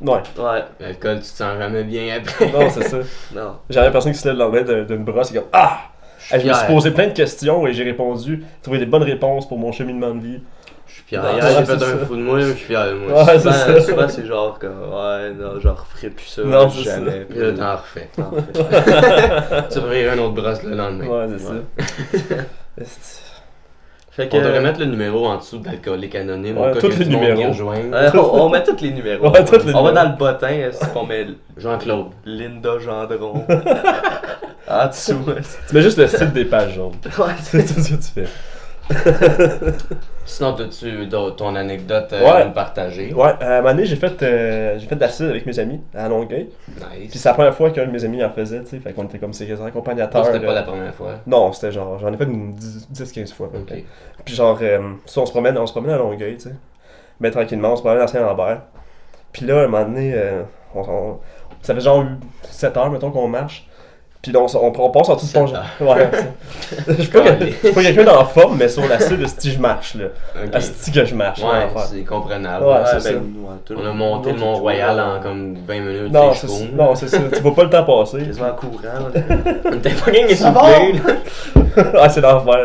[SPEAKER 4] Ouais,
[SPEAKER 5] Ouais,
[SPEAKER 2] L'alcool, tu te sens jamais bien après.
[SPEAKER 4] non, c'est ça.
[SPEAKER 5] non.
[SPEAKER 4] J'ai la personne qui se lève le lendemain de- d'une brosse et comme Ah! <laughs> Je, me suis
[SPEAKER 2] fier.
[SPEAKER 4] posé plein de questions et j'ai répondu, trouvé des bonnes réponses pour mon cheminement de vie.
[SPEAKER 2] Je suis fier.
[SPEAKER 5] Ouais,
[SPEAKER 2] Hier, j'ai
[SPEAKER 4] c'est
[SPEAKER 2] fait un
[SPEAKER 4] ça.
[SPEAKER 2] fou de moi, là, je suis fier de moi.
[SPEAKER 4] Ouais, c'est
[SPEAKER 5] Souvent,
[SPEAKER 4] ça.
[SPEAKER 5] souvent, c'est genre comme, ouais, non, j'en referai plus ça.
[SPEAKER 4] Non, c'est
[SPEAKER 5] jamais.
[SPEAKER 2] Puis
[SPEAKER 5] Puis
[SPEAKER 2] là,
[SPEAKER 5] là,
[SPEAKER 2] t'en refais.
[SPEAKER 4] <laughs>
[SPEAKER 5] t'en refais.
[SPEAKER 2] Tu reverras un autre brosse le lendemain.
[SPEAKER 4] Ouais, c'est ça. Esti.
[SPEAKER 5] Fait que,
[SPEAKER 2] On devrait mettre le numéro en dessous d'Alcoolique Anonyme.
[SPEAKER 4] Euh, Ouais,
[SPEAKER 2] au cas
[SPEAKER 4] tous
[SPEAKER 2] que
[SPEAKER 4] les
[SPEAKER 2] du monde
[SPEAKER 4] numéros.
[SPEAKER 2] y rejoigne.
[SPEAKER 5] euh, on, on met tous les numéros.
[SPEAKER 4] Ouais, tous les
[SPEAKER 5] on va
[SPEAKER 4] numéros.
[SPEAKER 5] dans le bottin, c'est qu'on met
[SPEAKER 2] Jean-Claude.
[SPEAKER 4] <laughs>
[SPEAKER 5] Linda Gendron. Ah, en dessous. est-ce
[SPEAKER 4] Tu mets juste le style des pages jaunes.
[SPEAKER 5] que- <laughs> Ouais,
[SPEAKER 4] C'est tout ce que tu fais.
[SPEAKER 2] Sinon, t'as-tu d'autres- ton anecdote euh,
[SPEAKER 4] Ouais.
[SPEAKER 2] à nous partager?
[SPEAKER 4] Ouais, à un moment donné, j'ai fait, euh, j'ai fait de l'acide avec mes amis à Longueuil. Puis
[SPEAKER 2] Nice.
[SPEAKER 4] c'est la première fois qu'un de mes amis en faisait, tu sais. Fait qu'on était comme ses accompagnateurs.
[SPEAKER 2] Ça, c'était
[SPEAKER 4] euh,
[SPEAKER 2] pas la première fois.
[SPEAKER 4] Non, c'était genre, j'en ai fait une 10-15 fois. à peu
[SPEAKER 2] Ok.
[SPEAKER 4] près. Puis genre, euh, ça, on se promène, on se promène à Longueuil, tu sais. Mais tranquillement, on se promène à Saint-Lambert. Puis là, à un moment donné, euh, on, on- ça fait genre 7 heures, mettons, qu'on marche. Puis là, on, s- on, on passe en tout pont.
[SPEAKER 2] Sept heures.
[SPEAKER 4] <laughs> Ouais, c'est
[SPEAKER 2] <laughs>
[SPEAKER 4] ça. Je suis pas,
[SPEAKER 2] Calé.
[SPEAKER 4] je suis pas quelqu'un d'en forme, mais sur la cible, si je marche, là.
[SPEAKER 2] Ok.
[SPEAKER 4] À que je marche, là,
[SPEAKER 2] Ouais,
[SPEAKER 4] l'enfer.
[SPEAKER 2] c'est comprenable.
[SPEAKER 4] Ouais,
[SPEAKER 5] Ouais,
[SPEAKER 4] c'est ça.
[SPEAKER 5] ben, ouais, tout le
[SPEAKER 2] On a
[SPEAKER 5] monde.
[SPEAKER 2] monté le
[SPEAKER 5] Nous autres,
[SPEAKER 2] Mont-Royal
[SPEAKER 5] tout le
[SPEAKER 2] en
[SPEAKER 5] monde.
[SPEAKER 2] comme 20 minutes.
[SPEAKER 4] Non,
[SPEAKER 2] c'est
[SPEAKER 4] c'est
[SPEAKER 2] chaud.
[SPEAKER 4] ça. <laughs> Non, c'est ça. Tu vois pas le temps passer.
[SPEAKER 5] Quasiment en courant. là.
[SPEAKER 2] On était fucking essoufflés, <laughs> là.
[SPEAKER 4] ah, c'est l'enfer, là.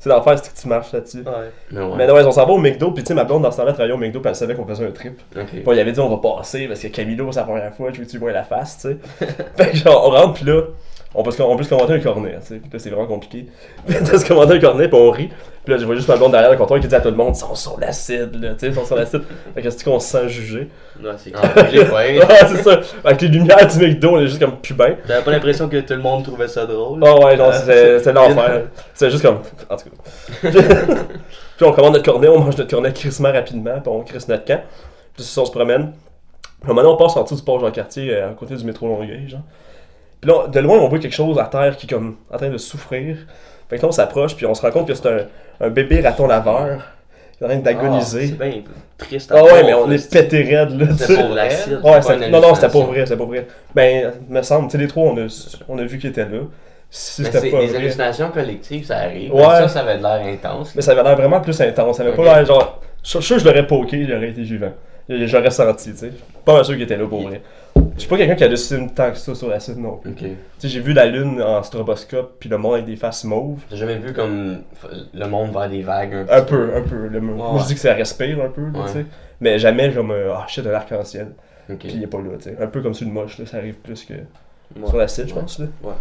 [SPEAKER 4] C'est l'enfer, c'est que tu marches là-dessus.
[SPEAKER 5] Ah, Ouais.
[SPEAKER 2] Mais ouais.
[SPEAKER 4] Mais non, <laughs> ouais, on s'en va au McDo, puis tu sais, ma blonde dans ce temps-là travaillait au McDo, puis elle savait qu'on faisait un trip.
[SPEAKER 2] Ok.
[SPEAKER 4] Bon, il avait dit on va passer parce que Camilo, c'est la première fois, je veux que tu lui vois la face, tu sais. fait que genre, on rentre, puis là, on peut, se- on peut se commander un cornet, tu sais. Puis là, c'est vraiment compliqué. <laughs> Fait que on se commander un cornet, puis on rit. Puis là, je vois juste ma blonde derrière le comptoir qui dit à tout le monde, ils sont sur l'acide, là, tu sais, ils sont sur l'acide. Fait que c'est qu'on se sent jugé. <laughs>
[SPEAKER 5] Ouais, c'est
[SPEAKER 2] En public,
[SPEAKER 4] Ouais,
[SPEAKER 2] ouais. <laughs>
[SPEAKER 4] c'est ça. Avec les lumières du McDo, on est juste comme pubin.
[SPEAKER 5] T'avais pas l'impression que tout le monde trouvait ça drôle?
[SPEAKER 4] Ah ouais, non, c'est c'est l'enfer. C'est juste comme. En tout cas. <laughs> puis on commande notre cornet, on mange notre cornet crissement rapidement, puis on crisse notre camp. Puis c'est ça, on se promène. Puis maintenant, on passe en dessous du port Jean-Cartier, euh, à côté du métro Longueuil, genre. Puis là, de loin, on voit quelque chose à terre qui est comme en train de souffrir. Fait que là, on s'approche, puis on se rend compte que c'est un, un bébé raton laveur qui est en train
[SPEAKER 5] C'est
[SPEAKER 2] Ah,
[SPEAKER 4] d'agoniser.
[SPEAKER 5] bien triste.
[SPEAKER 4] Ah ouais, mais on est pété raide, là. tu sais.
[SPEAKER 5] C'était pour l'acide.
[SPEAKER 4] Ouais,
[SPEAKER 2] pas
[SPEAKER 4] c'était-
[SPEAKER 2] une
[SPEAKER 4] non, non, c'était pas
[SPEAKER 2] hallucination.
[SPEAKER 4] vrai, c'était pas vrai. Ben, me semble, tu sais, les trois, on a, on a vu qu'ils étaient là. Si
[SPEAKER 2] Mais
[SPEAKER 4] c'était
[SPEAKER 2] Ben, c'est
[SPEAKER 4] pas
[SPEAKER 2] des
[SPEAKER 4] vrai.
[SPEAKER 2] hallucinations collectives, ça arrive.
[SPEAKER 4] Ouais.
[SPEAKER 2] Ça, ça avait de l'air intense.
[SPEAKER 4] Mais ça avait l'air vraiment plus intense. Ça avait
[SPEAKER 2] Ok.
[SPEAKER 4] pas l'air genre. Je suis sûr que je l'aurais poké, il aurait été vivant. Je- J'aurais senti, tu sais. Pas mal sûr qu'il était là pour vrai. Je suis pas quelqu'un qui a halluciné tant que ça sur la scène non plus.
[SPEAKER 2] Ok.
[SPEAKER 4] Tu sais, j'ai vu la lune en stroboscope, puis le monde avec des faces mauves.
[SPEAKER 2] J'ai jamais vu comme f- le monde vers des vagues un peu.
[SPEAKER 4] Un peu, un peu. le- Moi,
[SPEAKER 2] ouais.
[SPEAKER 4] je dis que ça respire un peu, là, tu
[SPEAKER 2] Ouais.
[SPEAKER 4] sais. Mais jamais je me. Ah shit, un arc-en-ciel.
[SPEAKER 2] Ok.
[SPEAKER 4] Puis il est pas là, tu sais. Un peu comme sur le moche, là. Ça arrive plus que. sur la scène, je
[SPEAKER 2] Ouais.
[SPEAKER 4] pense. Là.
[SPEAKER 2] Ouais.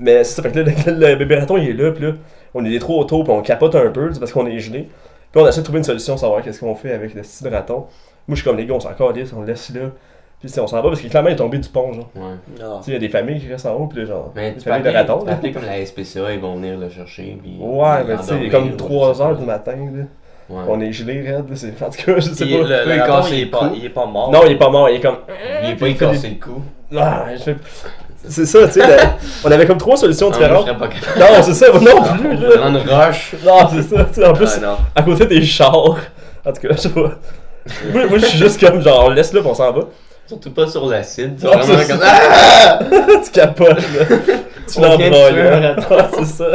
[SPEAKER 4] Mais c'est ça, fait que là, le, le bébé raton, il est là, puis là, on est des trois autour, puis on capote un peu, c'est parce qu'on est gelé. Puis on essaie de trouver une solution, savoir qu'est-ce qu'on fait avec le style de raton. Moi, je suis comme les gars, on s'en calisse, on le laisse là. Puis tu sais, on s'en va parce que clairement, il est tombé du pont, genre.
[SPEAKER 2] Ouais.
[SPEAKER 5] Non.
[SPEAKER 4] Tu sais, il y a des familles qui restent en haut, puis là, genre,
[SPEAKER 2] Mais
[SPEAKER 4] des
[SPEAKER 2] tu peux
[SPEAKER 4] familles de
[SPEAKER 2] appeler,
[SPEAKER 4] ratons,
[SPEAKER 2] tu peux
[SPEAKER 4] là.
[SPEAKER 2] appeler comme la SPCA, ils vont venir le chercher. Puis
[SPEAKER 4] Ouais,
[SPEAKER 2] ils
[SPEAKER 4] mais tu sais, il est
[SPEAKER 2] l'endormir,
[SPEAKER 4] comme
[SPEAKER 2] ou
[SPEAKER 4] 3
[SPEAKER 2] je sais
[SPEAKER 4] heures
[SPEAKER 2] pas.
[SPEAKER 4] du matin, là.
[SPEAKER 2] Ouais.
[SPEAKER 4] On est gelé, raide, là. c'est- En tout cas, je sais
[SPEAKER 5] Il est-
[SPEAKER 4] pas.
[SPEAKER 5] le- le
[SPEAKER 2] Peu
[SPEAKER 5] raton,
[SPEAKER 2] cassé
[SPEAKER 5] il est
[SPEAKER 2] le
[SPEAKER 5] pas-
[SPEAKER 2] cou.
[SPEAKER 5] il est pas mort.
[SPEAKER 4] Non, il est pas mort, il est comme.
[SPEAKER 2] Il est pas
[SPEAKER 4] il fait
[SPEAKER 2] écossé le cou.
[SPEAKER 4] Ah, je fais- C'est ça, tu
[SPEAKER 2] <laughs>
[SPEAKER 4] sais, la- on avait comme trois solutions
[SPEAKER 2] Non, moi, je
[SPEAKER 4] différentes.
[SPEAKER 2] serais pas capable.
[SPEAKER 4] Non, c'est ça, non plus, là.
[SPEAKER 2] Dans une roche.
[SPEAKER 4] Non, c'est ça. tu sais, en plus,
[SPEAKER 5] Ah, non.
[SPEAKER 4] à côté des chars, En tout cas, je sais pas. moi, moi, je suis juste comme genre, laisse-le, puis on s'en va. <laughs>
[SPEAKER 2] Surtout pas sur l'acide. C'est
[SPEAKER 4] Non,
[SPEAKER 2] vraiment
[SPEAKER 4] c'est
[SPEAKER 2] comme
[SPEAKER 4] tu capotes, là. Tu
[SPEAKER 2] On vient de
[SPEAKER 4] l'embrasses,
[SPEAKER 2] tuer un
[SPEAKER 4] là. <laughs> Ouais, c'est ça.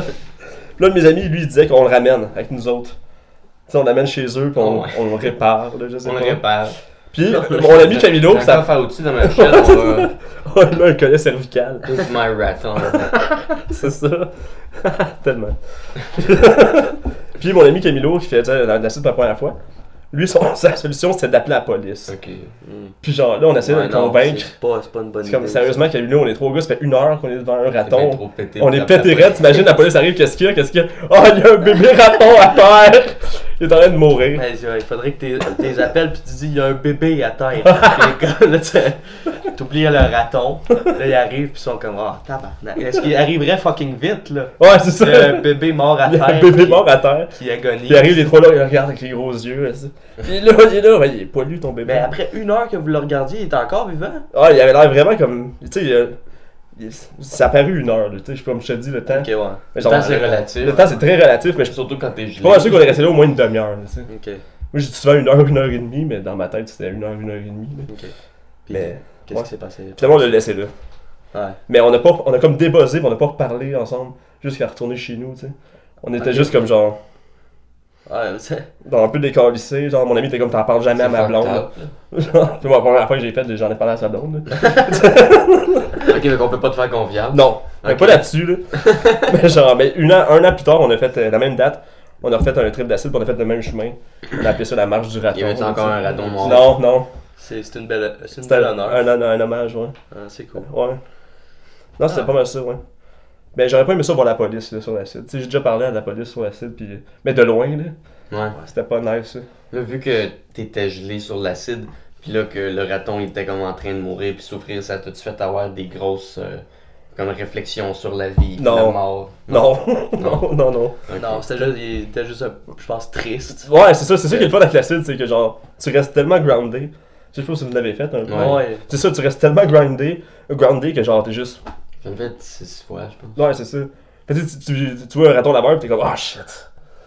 [SPEAKER 4] Puis là, mes amis, lui, il disait qu'on le ramène avec nous autres. Tu sais, on l'amène chez eux, puis on,
[SPEAKER 2] Ouais.
[SPEAKER 4] on le répare, là, je sais
[SPEAKER 2] On
[SPEAKER 4] pas.
[SPEAKER 2] le
[SPEAKER 4] <laughs>
[SPEAKER 2] répare.
[SPEAKER 4] Puis, mon ami Camilo,
[SPEAKER 2] ça
[SPEAKER 4] ça <laughs>
[SPEAKER 2] faire au-dessus de ma chaîne. On va.
[SPEAKER 4] on lui met un collet cervical. <laughs>
[SPEAKER 2] This is my rat. on va-
[SPEAKER 4] C'est ça. <laughs> Tellement. Puis mon ami Camilo, qui faisait la- l'acide pour la première fois, lui, son- <laughs> sa solution, c'était d'appeler la police.
[SPEAKER 2] Ok.
[SPEAKER 4] Puis genre, là, on essayait
[SPEAKER 5] Ouais,
[SPEAKER 4] de le
[SPEAKER 5] ah, non,
[SPEAKER 4] convaincre.
[SPEAKER 5] C'est pas, c'est pas une bonne
[SPEAKER 4] C'est
[SPEAKER 5] idée.
[SPEAKER 4] comme, sérieusement, Camilo, on est trois gars, ça fait une heure qu'on est devant un
[SPEAKER 2] C'est bien
[SPEAKER 4] raton.
[SPEAKER 2] trop pété
[SPEAKER 4] On
[SPEAKER 2] pour
[SPEAKER 4] est
[SPEAKER 2] la
[SPEAKER 4] pété
[SPEAKER 2] place.
[SPEAKER 4] raide, t'imagines, la police arrive, qu'est-ce qu'il y a, qu'est-ce qu'il y a? Oh, il y a un
[SPEAKER 5] <laughs>
[SPEAKER 4] bébé raton à terre! Il est en train de mourir.
[SPEAKER 5] Mais, euh, il faudrait que t'es-
[SPEAKER 4] <laughs>
[SPEAKER 5] t'es appelles puis tu dis il y a un bébé à terre. Puis les gars, là, tu- T'oublies le raton. Là, ils arrivent puis ils sont comme Ah, tabarnak. Est-ce qu'il arriverait fucking
[SPEAKER 4] <laughs>
[SPEAKER 5] vite, là
[SPEAKER 4] Ouais, c'est ça!
[SPEAKER 5] Il y a un bébé mort à
[SPEAKER 4] Il y a
[SPEAKER 5] terre.
[SPEAKER 4] un bébé
[SPEAKER 5] qui-
[SPEAKER 4] mort à terre.
[SPEAKER 5] Qui agonise.
[SPEAKER 4] Il arrive, les trois là, il regarde avec les gros yeux. là, ça. Il est là, il est là, ouais, il est poilu ton bébé.
[SPEAKER 5] Mais après une heure que vous le regardiez, il est encore vivant.
[SPEAKER 4] Ah, il avait l'air vraiment comme. Tu sais, il a- il- ça a paru une heure, là, tu sais, je sais pas, comme je te dis, le temps.
[SPEAKER 5] Ok, ouais.
[SPEAKER 4] Mais
[SPEAKER 2] Le
[SPEAKER 4] genre,
[SPEAKER 2] temps, c'est relatif.
[SPEAKER 4] le temps, c'est très relatif, mais je suis
[SPEAKER 2] Surtout quand t'es gelé.
[SPEAKER 4] pas mal sûr qu'on est resté là au moins une demi-heure, là, tu sais. Moi,
[SPEAKER 5] Ok.
[SPEAKER 4] je dis souvent une heure, une heure et demie, mais dans ma tête, c'était une heure, une heure et demie. là.
[SPEAKER 5] Ok. Puis,
[SPEAKER 4] Mais
[SPEAKER 5] qu'est-ce
[SPEAKER 4] ouais.
[SPEAKER 5] qui s'est passé
[SPEAKER 4] finalement, on l'a laissé là.
[SPEAKER 5] Ouais.
[SPEAKER 4] Mais on a, pas, on a comme débuzzé, puis on a pas reparlé ensemble jusqu'à retourner chez nous, tu sais. On était
[SPEAKER 5] Ok.
[SPEAKER 4] juste comme genre,
[SPEAKER 5] Ouais, c'est-
[SPEAKER 4] dans un peu décalissé, genre mon ami était comme t'en parles jamais à ma blonde. là. <laughs> Genre, puis moi, la première fois que j'ai fait, j'en ai parlé à sa blonde. là.
[SPEAKER 2] Ok, donc on peut pas te faire confiance.
[SPEAKER 4] Non, mais
[SPEAKER 2] Ok.
[SPEAKER 4] pas là-dessus, là.
[SPEAKER 2] <laughs>
[SPEAKER 4] mais genre, mais une an- un an plus tard, on a fait euh, la même date, on a refait un trip d'acide, puis on a fait le même chemin. On a appelé ça la marche du raton.
[SPEAKER 2] Il y avait
[SPEAKER 4] là,
[SPEAKER 2] encore
[SPEAKER 4] tu sais.
[SPEAKER 2] un raton mort.
[SPEAKER 4] Non, non,
[SPEAKER 5] C'est c'est une belle, c'est une
[SPEAKER 4] c'était
[SPEAKER 5] belle
[SPEAKER 4] un,
[SPEAKER 5] honneur.
[SPEAKER 4] un, un hommage, ouais.
[SPEAKER 5] Ah, c'est cool.
[SPEAKER 4] Ouais. Non, c'était
[SPEAKER 5] Ah.
[SPEAKER 4] pas mal ça, ouais. Ben, j'aurais pas aimé ça voir la police là, sur l'acide. Tu sais, j'ai déjà parlé à la police sur l'acide, puis. Mais de loin, là.
[SPEAKER 2] Ouais.
[SPEAKER 4] C'était pas nice, ça.
[SPEAKER 2] Là, vu que t'étais gelé sur l'acide, puis là que le raton il était comme en train de mourir puis souffrir, ça t'a-tu fait avoir des grosses euh, comme réflexions sur la vie, puis
[SPEAKER 4] Non.
[SPEAKER 2] la mort?
[SPEAKER 4] Non,
[SPEAKER 2] <laughs>
[SPEAKER 4] non, <laughs> non, non.
[SPEAKER 2] Ok.
[SPEAKER 5] Non, c'était juste, il était juste, un- je pense, triste.
[SPEAKER 4] Ouais, c'est ça, c'est ça qui est le fun avec l'acide, c'est que genre, tu restes tellement groundé. Je sais pas si vous l'avez fait un peu.
[SPEAKER 2] Ouais.
[SPEAKER 4] C'est ça, tu restes tellement groundé, groundé que genre, t'es juste.
[SPEAKER 2] J'en ai fait six fois, je pense.
[SPEAKER 4] Ouais, c'est ça. Fait que tu, tu, tu, tu vois un raton laveur, pis t'es comme, ah shit.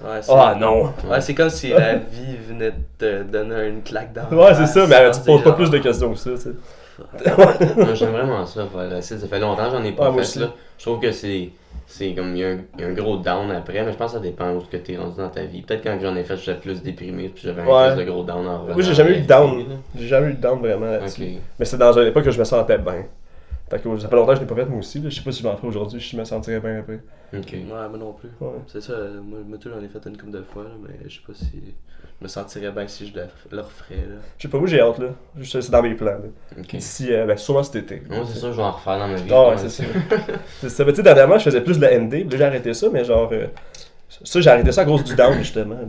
[SPEAKER 5] Ouais, c'est-
[SPEAKER 4] Ah non.
[SPEAKER 5] Ouais, c'est comme si la vie venait de te donner une claque dans
[SPEAKER 4] Ouais, c'est ça, mais tu
[SPEAKER 5] tu
[SPEAKER 4] te poses pas plus de questions que ça, tu sais.
[SPEAKER 2] Moi, J'aime vraiment ça, faire l'acide. Ça fait longtemps que j'en ai
[SPEAKER 4] Ouais,
[SPEAKER 2] pas
[SPEAKER 4] Ah, moi
[SPEAKER 2] fait,
[SPEAKER 4] aussi.
[SPEAKER 2] là. Je trouve que c'est. C'est comme il y, a un, il y a un gros down après, mais je pense que ça dépend où ce que t'es rendu dans ta vie. Peut-être quand j'en ai fait, j'étais plus déprimé, puis j'avais
[SPEAKER 4] Ouais.
[SPEAKER 2] un plus de gros down en revenant.
[SPEAKER 4] Moi, j'ai jamais eu de
[SPEAKER 2] Là.
[SPEAKER 4] down. J'ai jamais eu de down vraiment là-dessus.
[SPEAKER 2] Ok.
[SPEAKER 4] Mais c'est dans une époque que je me sentais bien. Fait que ça fait longtemps que je l'ai pas fait moi aussi. là. Je sais pas si je m'en ferai aujourd'hui, je me sentirais bien après.
[SPEAKER 2] Ok.
[SPEAKER 5] Ouais, moi non plus.
[SPEAKER 4] Ouais.
[SPEAKER 5] C'est ça, euh, moi, moi tout j'en ai fait une couple de fois, là, mais je sais pas si je me sentirais bien si je le, le referais. Là.
[SPEAKER 4] Je sais pas où j'ai hâte là. Je sais, C'est dans mes plans. là.
[SPEAKER 2] Ok.
[SPEAKER 4] D'ici, euh, ben, sûrement cet été.
[SPEAKER 2] Moi, c'est ça, je vais en refaire dans ma vie.
[SPEAKER 4] Ah ouais, c'est ça. c'est ça. Mais tu sais, dernièrement, je faisais plus de la ND, puis là, j'ai arrêté ça, mais genre. euh, ça, j'ai arrêté ça à cause du down, justement. là.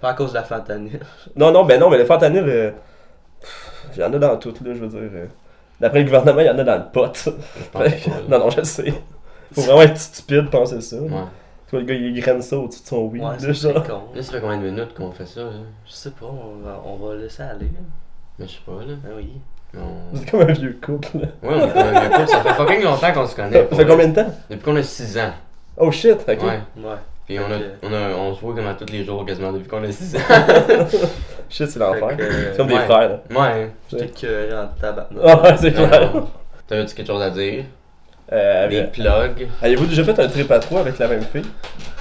[SPEAKER 5] Pas à cause de
[SPEAKER 4] <laughs>
[SPEAKER 5] la fentanyl.
[SPEAKER 4] Non, non, ben non, mais le fentanyl, euh, pff, il y en a dans tout, là, je veux dire. euh, D'après le gouvernement, il y en a dans le pot. <laughs>
[SPEAKER 2] Je pense
[SPEAKER 4] Fait que-
[SPEAKER 2] pas, là.
[SPEAKER 4] non, non, je le sais. Faut vraiment être stupide, de penser ça.
[SPEAKER 2] Ouais.
[SPEAKER 4] Tu vois, le gars, il graine ça au-dessus de son weed,
[SPEAKER 5] Ouais,
[SPEAKER 4] là,
[SPEAKER 5] c'est
[SPEAKER 4] genre.
[SPEAKER 5] très con.
[SPEAKER 2] Là, ça fait combien de minutes qu'on fait ça, là?
[SPEAKER 5] Je sais pas, on va, on va laisser aller. là.
[SPEAKER 2] Mais je sais pas, là.
[SPEAKER 5] Ah oui.
[SPEAKER 2] On... Ouais,
[SPEAKER 4] C'est comme un vieux couple, là.
[SPEAKER 2] on est comme un couple, ça fait fucking longtemps qu'on se connaît.
[SPEAKER 4] Ça fait
[SPEAKER 2] pour vrai.
[SPEAKER 4] combien de temps?
[SPEAKER 2] Depuis qu'on a 6 ans.
[SPEAKER 4] Oh shit, ok.
[SPEAKER 2] Ouais.
[SPEAKER 5] Ouais.
[SPEAKER 2] Puis on, a,
[SPEAKER 5] Ok.
[SPEAKER 2] on, a, on se voit comme à tous les jours quasiment depuis qu'on a 6 ans. <laughs>
[SPEAKER 4] Shit, c'est
[SPEAKER 5] Fait
[SPEAKER 4] l'enfer.
[SPEAKER 5] que, euh,
[SPEAKER 4] C'est comme des
[SPEAKER 2] ouais.
[SPEAKER 4] frères, là.
[SPEAKER 2] Ouais.
[SPEAKER 5] j'étais écoeuré en tabac.
[SPEAKER 4] Ah, ouais, c'est clair.
[SPEAKER 2] Non. T'avais-tu quelque chose à dire?
[SPEAKER 4] Euh,
[SPEAKER 2] Des
[SPEAKER 4] avec-
[SPEAKER 2] plugs?
[SPEAKER 4] Avez-vous déjà fait un trip à trois avec la même fille?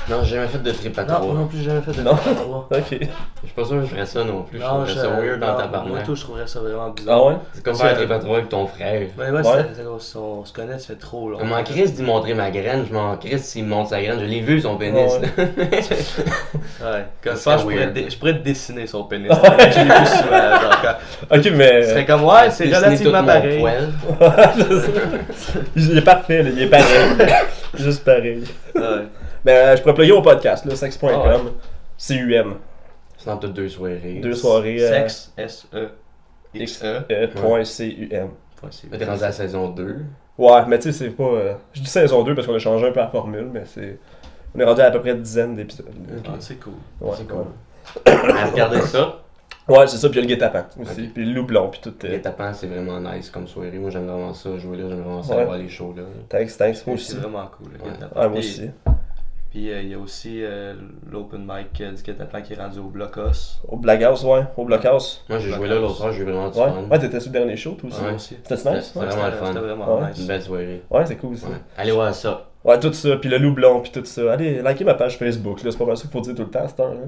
[SPEAKER 2] Non, j'ai jamais fait de trip à
[SPEAKER 5] Non, moi
[SPEAKER 2] trois.
[SPEAKER 5] non plus, j'ai jamais fait de
[SPEAKER 4] Non.
[SPEAKER 5] trip à trois.
[SPEAKER 4] Ok.
[SPEAKER 2] Je suis pas sûr que je ferais ça non plus.
[SPEAKER 5] Non,
[SPEAKER 2] je
[SPEAKER 5] je-
[SPEAKER 2] trouverais ça weird dans
[SPEAKER 5] non,
[SPEAKER 2] ta
[SPEAKER 5] Moi
[SPEAKER 2] barbe.
[SPEAKER 5] tout, je trouverais ça vraiment bizarre.
[SPEAKER 4] Ah ouais?
[SPEAKER 2] C'est comme
[SPEAKER 4] Parce
[SPEAKER 2] faire un
[SPEAKER 4] que-
[SPEAKER 2] trip à trois avec ton frère.
[SPEAKER 5] Ben ouais,
[SPEAKER 4] Ouais.
[SPEAKER 5] c'est- c'est qu'on se- on se connaît, ça fait trop long.
[SPEAKER 2] Je m'en crisse d'y montrer ma graine, je m'en crisse s'il me montre sa graine, je l'ai vu son pénis.
[SPEAKER 4] Ouais.
[SPEAKER 2] là.
[SPEAKER 5] Ouais,
[SPEAKER 2] Ça
[SPEAKER 5] comme je pense
[SPEAKER 2] serait
[SPEAKER 5] que je pourrais,
[SPEAKER 2] weird.
[SPEAKER 5] dé- je pourrais te dessiner son
[SPEAKER 4] <laughs>
[SPEAKER 5] pénis. je l'ai vu euh, souvent. genre, quand-
[SPEAKER 4] Ok, mais.
[SPEAKER 5] Ce serait comme, ouais, c'est
[SPEAKER 2] Dessiner
[SPEAKER 5] relativement
[SPEAKER 2] tout mon
[SPEAKER 5] pareil.
[SPEAKER 2] poil.
[SPEAKER 4] euh, il est parfait, là. Il est pareil. Juste pareil.
[SPEAKER 5] Ouais.
[SPEAKER 4] Mais euh, je pourrais plugger au podcast, là, sex.com.
[SPEAKER 5] Ah
[SPEAKER 4] C-U-M.
[SPEAKER 2] C'est dans toutes deux soirées.
[SPEAKER 4] Deux soirées. euh,
[SPEAKER 5] Sexe, S-E, X-E.
[SPEAKER 4] euh, point C-U-M.
[SPEAKER 5] Point C.
[SPEAKER 2] Là, t'es rendu à la saison 2.
[SPEAKER 4] Ouais, mais tu sais, c'est pas. euh, Je dis saison 2 parce qu'on a changé un peu la formule, mais c'est. On est rendu à à peu près une dizaine d'épisodes.
[SPEAKER 5] Ah, c'est cool.
[SPEAKER 4] Ouais,
[SPEAKER 2] c'est cool. À regarder ça.
[SPEAKER 4] Ouais, c'est ça, puis il y a le guet-apens aussi,
[SPEAKER 2] Ok.
[SPEAKER 4] puis le loublon, puis tout.
[SPEAKER 2] Les
[SPEAKER 4] Euh,
[SPEAKER 2] tapants, c'est vraiment nice comme soirée. Moi, j'aime vraiment ça, jouer là. J'aime vraiment ça,
[SPEAKER 4] Ouais.
[SPEAKER 2] voir les shows là.
[SPEAKER 4] thanks, thanks, moi
[SPEAKER 5] C'est
[SPEAKER 4] aussi.
[SPEAKER 5] vraiment cool. le
[SPEAKER 2] Ouais.
[SPEAKER 5] gars.
[SPEAKER 4] Ouais, moi
[SPEAKER 5] Puis-
[SPEAKER 4] aussi.
[SPEAKER 5] Puis Puis euh, il y a aussi euh, l'open mic euh, du Cataplan qui est rendu au Blocos.
[SPEAKER 4] Au Blackhouse, ouais. Au Blockhouse.
[SPEAKER 2] Moi, j'ai joué là l'autre soir, j'ai eu vraiment du
[SPEAKER 4] Ouais.
[SPEAKER 2] fun.
[SPEAKER 4] Ouais, t'étais sur le dernier show, toi aussi.
[SPEAKER 2] Ouais.
[SPEAKER 5] aussi.
[SPEAKER 4] C'était nice?
[SPEAKER 2] Ouais.
[SPEAKER 4] Ouais,
[SPEAKER 2] vraiment
[SPEAKER 5] C'était-
[SPEAKER 2] le fun.
[SPEAKER 5] C'était vraiment
[SPEAKER 4] Ouais.
[SPEAKER 5] nice.
[SPEAKER 2] Une belle soirée.
[SPEAKER 4] ouais c'est cool ça.
[SPEAKER 2] Ouais. Allez voir ça.
[SPEAKER 4] Ouais, tout ça, puis le loublon, puis tout ça. Allez, likez ma page Facebook, là, c'est pas mal ça qu'il faut dire tout le temps à cette heure. là.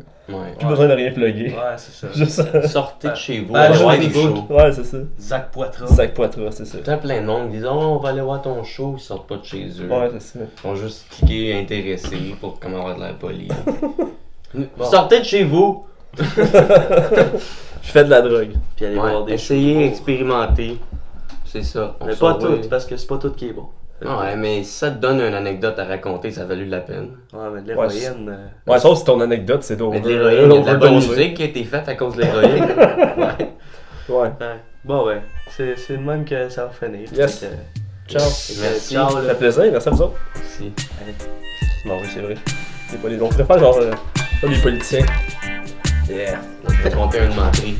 [SPEAKER 2] Ouais.
[SPEAKER 5] <laughs>
[SPEAKER 4] Plus besoin de rien plugger.
[SPEAKER 5] Ouais, c'est ça.
[SPEAKER 4] <laughs> Juste.
[SPEAKER 2] Sortez de chez vous,
[SPEAKER 5] Ben,
[SPEAKER 4] Bah,
[SPEAKER 5] allez
[SPEAKER 2] allez voir
[SPEAKER 5] voir
[SPEAKER 2] des
[SPEAKER 5] Facebook.
[SPEAKER 2] shows.
[SPEAKER 4] ouais, c'est ça.
[SPEAKER 5] Zach Poitras.
[SPEAKER 4] Zach Poitras, c'est ça.
[SPEAKER 2] T'as plein de monde qui disent Oh, on va aller voir ton show, ils sortent pas de chez eux.
[SPEAKER 4] Ouais, c'est ça.
[SPEAKER 2] Ils vont juste cliquer intéressé pour comment avoir de la poli.
[SPEAKER 4] <laughs>
[SPEAKER 2] Sortez de chez vous!
[SPEAKER 4] Je fais de la drogue.
[SPEAKER 5] Puis aller
[SPEAKER 2] Ouais,
[SPEAKER 5] voir des
[SPEAKER 2] essayez,
[SPEAKER 5] shows.
[SPEAKER 2] expérimentez. C'est ça. on
[SPEAKER 5] Mais pas
[SPEAKER 2] sort, ouais.
[SPEAKER 5] toutes, parce que c'est pas toutes qui est bon.
[SPEAKER 2] Ouais, mais si ça te donne une anecdote à raconter, ça a valu de la peine.
[SPEAKER 5] Ouais, mais de
[SPEAKER 4] Ouais,
[SPEAKER 5] l'héroïne. euh,
[SPEAKER 4] Ouais, sauf si ton anecdote, c'est
[SPEAKER 2] Mais
[SPEAKER 4] d'over- euh,
[SPEAKER 2] de l'héroïne, il y a de la bonne
[SPEAKER 4] overdosé.
[SPEAKER 2] musique qui a été faite à cause
[SPEAKER 4] <laughs>
[SPEAKER 2] de l'héroïne.
[SPEAKER 4] Ouais.
[SPEAKER 5] ouais. Bon, ouais. C'est c'est de même que ça va finir.
[SPEAKER 4] Yes.
[SPEAKER 5] Fait que-
[SPEAKER 4] Ciao.
[SPEAKER 5] fait que,
[SPEAKER 2] Merci.
[SPEAKER 5] ciao,
[SPEAKER 4] Ça
[SPEAKER 5] là.
[SPEAKER 4] fait plaisir, merci à vous autres.
[SPEAKER 2] Si.
[SPEAKER 4] Non, oui, c'est vrai. C'est pas les... On pourrait faire genre. euh, comme les politiciens.
[SPEAKER 2] Yeah. On peut te conter une menterie.